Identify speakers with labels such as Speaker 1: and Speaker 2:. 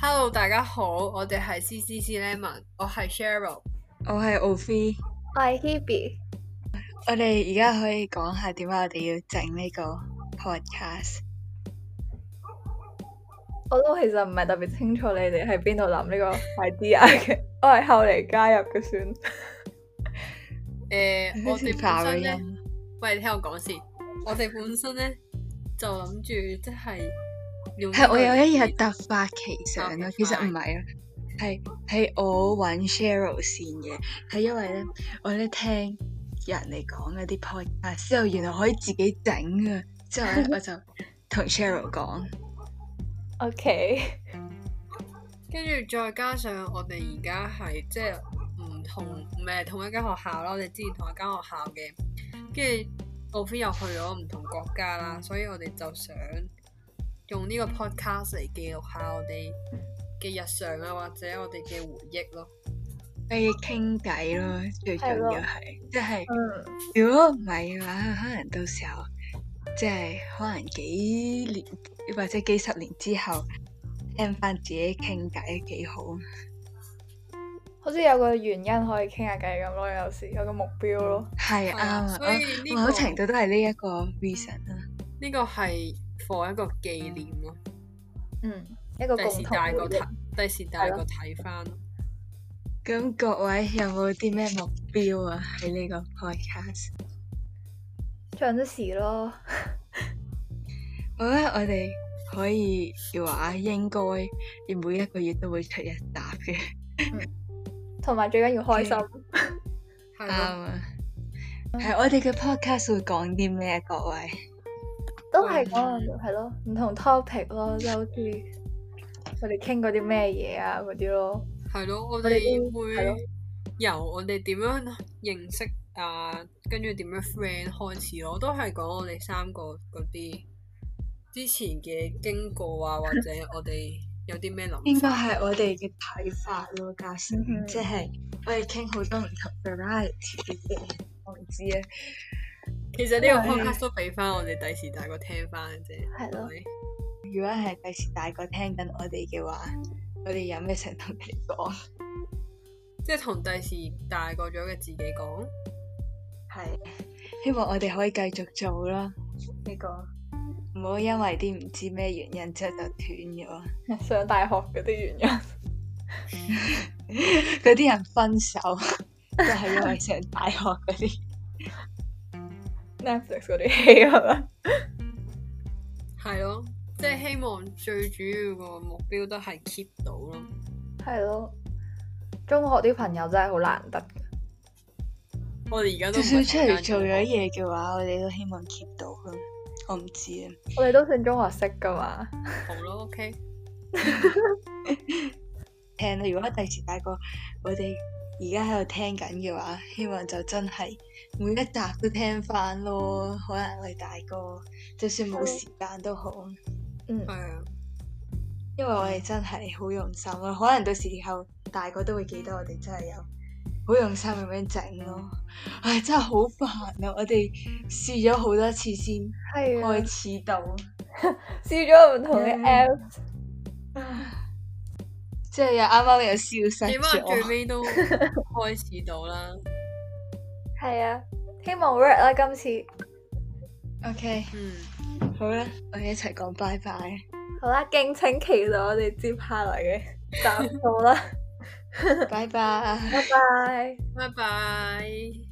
Speaker 1: Hello，大家好，我哋係 C C C Lemon，我係 Cheryl。
Speaker 2: 我係 o p
Speaker 3: 我係 Hebe，
Speaker 2: 我哋而家可以講下點解我哋要整呢個 podcast。
Speaker 3: 我都其實唔係特別清楚你哋喺邊度諗呢 個 idea 嘅，我係後嚟加入嘅算。
Speaker 1: 誒、我哋本身咧，喂，你聽我講先。我哋本身咧就諗住即係用呢
Speaker 2: 係我
Speaker 1: 個
Speaker 2: 有一日突發奇想
Speaker 1: 啊
Speaker 2: 啦，其實唔係啊，係係我揾 Cheryl 先嘅，係因為咧我咧聽人嚟講嗰啲 podcast 之後，原來可以自己整啊， 之後咧我就同 Cheryl 講，
Speaker 3: OK，
Speaker 1: 跟住再加上我哋而家係即係唔同唔係同一間學校啦，我哋之前同一間學校嘅，跟住奧飛又去咗唔同國家
Speaker 2: 嗯
Speaker 1: 啦，所以我哋就想用呢個 podcast 嚟記錄下我哋嘅日常啊，或者我哋嘅回憶咯。
Speaker 2: 可以傾偈咯，最重
Speaker 3: 係咯
Speaker 2: 要係即係。
Speaker 3: 嗯，
Speaker 2: 如果唔係嘅話，可能到時候即係可能幾年或者幾十年之後聽翻自己傾偈幾好。
Speaker 3: 好似有個原因可以傾下偈咁咯，有時有個目標咯。
Speaker 2: 係
Speaker 1: 係
Speaker 2: 啱
Speaker 1: 啊
Speaker 2: 啊！
Speaker 1: 所以
Speaker 2: 我
Speaker 1: 呢個
Speaker 2: 某程度都係呢一個 reason 啊啦。
Speaker 1: 呢個係 for 一個紀念咯，
Speaker 3: 嗯，一個
Speaker 1: 第
Speaker 3: 共
Speaker 1: 時
Speaker 3: 同
Speaker 1: 大
Speaker 3: 回
Speaker 1: 個
Speaker 3: 憶
Speaker 1: 睇，第時大個睇翻。
Speaker 2: 咁各位有冇啲咩目標啊？喺呢個 podcast，
Speaker 3: 唱啲時咯。
Speaker 2: 我覺得我哋可以嘅話，應該要每一個月都會出一集嘅。
Speaker 3: 同埋最緊要開心。
Speaker 1: 係
Speaker 2: 啱
Speaker 1: 咯，
Speaker 2: 啊！係我哋嘅 podcast 會講啲咩啊？各位？
Speaker 3: 都係講係咯，唔同 topic 咯，即係好似我哋傾過啲咩嘢啊嗰啲咯。
Speaker 1: 係咯，我
Speaker 3: 哋
Speaker 1: 哋
Speaker 3: 都係咯
Speaker 1: 會由我哋點樣認識啊，跟住點樣 friend 開始咯，都係講我哋三個嗰啲之前嘅經過啊，或者我哋有啲咩諗
Speaker 2: 應該
Speaker 1: 法。
Speaker 2: 係我哋嘅睇法咯，教先
Speaker 3: 嗯，哼
Speaker 2: 即係我哋傾好多唔同 variety 嘅嘢，我唔知啊。
Speaker 1: 其實呢個 podcast 都俾翻我哋第時大個聽翻嘅啫，
Speaker 3: 啊係
Speaker 1: 係
Speaker 3: 咯，
Speaker 1: 咪？
Speaker 2: 如果係第時大個聽緊我哋嘅話，我哋有咩想同佢哋講？
Speaker 1: 即係同第時大個咗嘅自己講。
Speaker 2: 係希望我哋可以繼續做咯，呢、個唔好因為啲唔知咩原因之後就斷咗。
Speaker 3: 上大學嗰啲原因。
Speaker 2: 嗰啲人分手 就係因為上大學嗰啲。
Speaker 3: Netflix 嗰啲戲係咪？
Speaker 1: 係咯，即係希望最主要個目標都係 keep 到咯。
Speaker 3: 係咯，中學啲朋友真係好難得。
Speaker 1: 我哋而家都
Speaker 2: 就
Speaker 1: 唔
Speaker 2: 算
Speaker 1: 係
Speaker 2: 出嚟
Speaker 1: 同間
Speaker 2: 做
Speaker 1: 中
Speaker 2: 咗
Speaker 1: 學，
Speaker 2: 嘢嘅話，我哋都希望 keep 到咯。我唔知啊。
Speaker 3: 我哋都算中學識噶嘛，
Speaker 1: 好咯，OK，
Speaker 2: 聽啦。如果第時大個，我哋而家喺度聽緊嘅話，希望就真係每一集都聽翻咯。可能我哋大個，就算冇時間都好，
Speaker 3: 嗯
Speaker 1: 係，啊，
Speaker 2: 因為我哋真係好用心咯。可能到時候大個都會記得我哋真係有好用心咁樣整咯。唉，真係好煩啊！我哋試咗好多次先
Speaker 3: 係啊
Speaker 2: 開，始嗯到。
Speaker 3: 試咗唔同嘅 app，
Speaker 2: 即係又啱啱又消失
Speaker 1: 起碼最
Speaker 2: 咗，
Speaker 1: 尾都開始到啦。
Speaker 3: 係啊，希望 work 啦今次。
Speaker 2: OK，
Speaker 1: 嗯，
Speaker 2: 好啦，我哋一齊講拜拜。
Speaker 3: 好啦，敬請期待我哋接下來嘅 集數啦，
Speaker 2: 拜拜。
Speaker 3: 拜拜。
Speaker 1: 拜拜。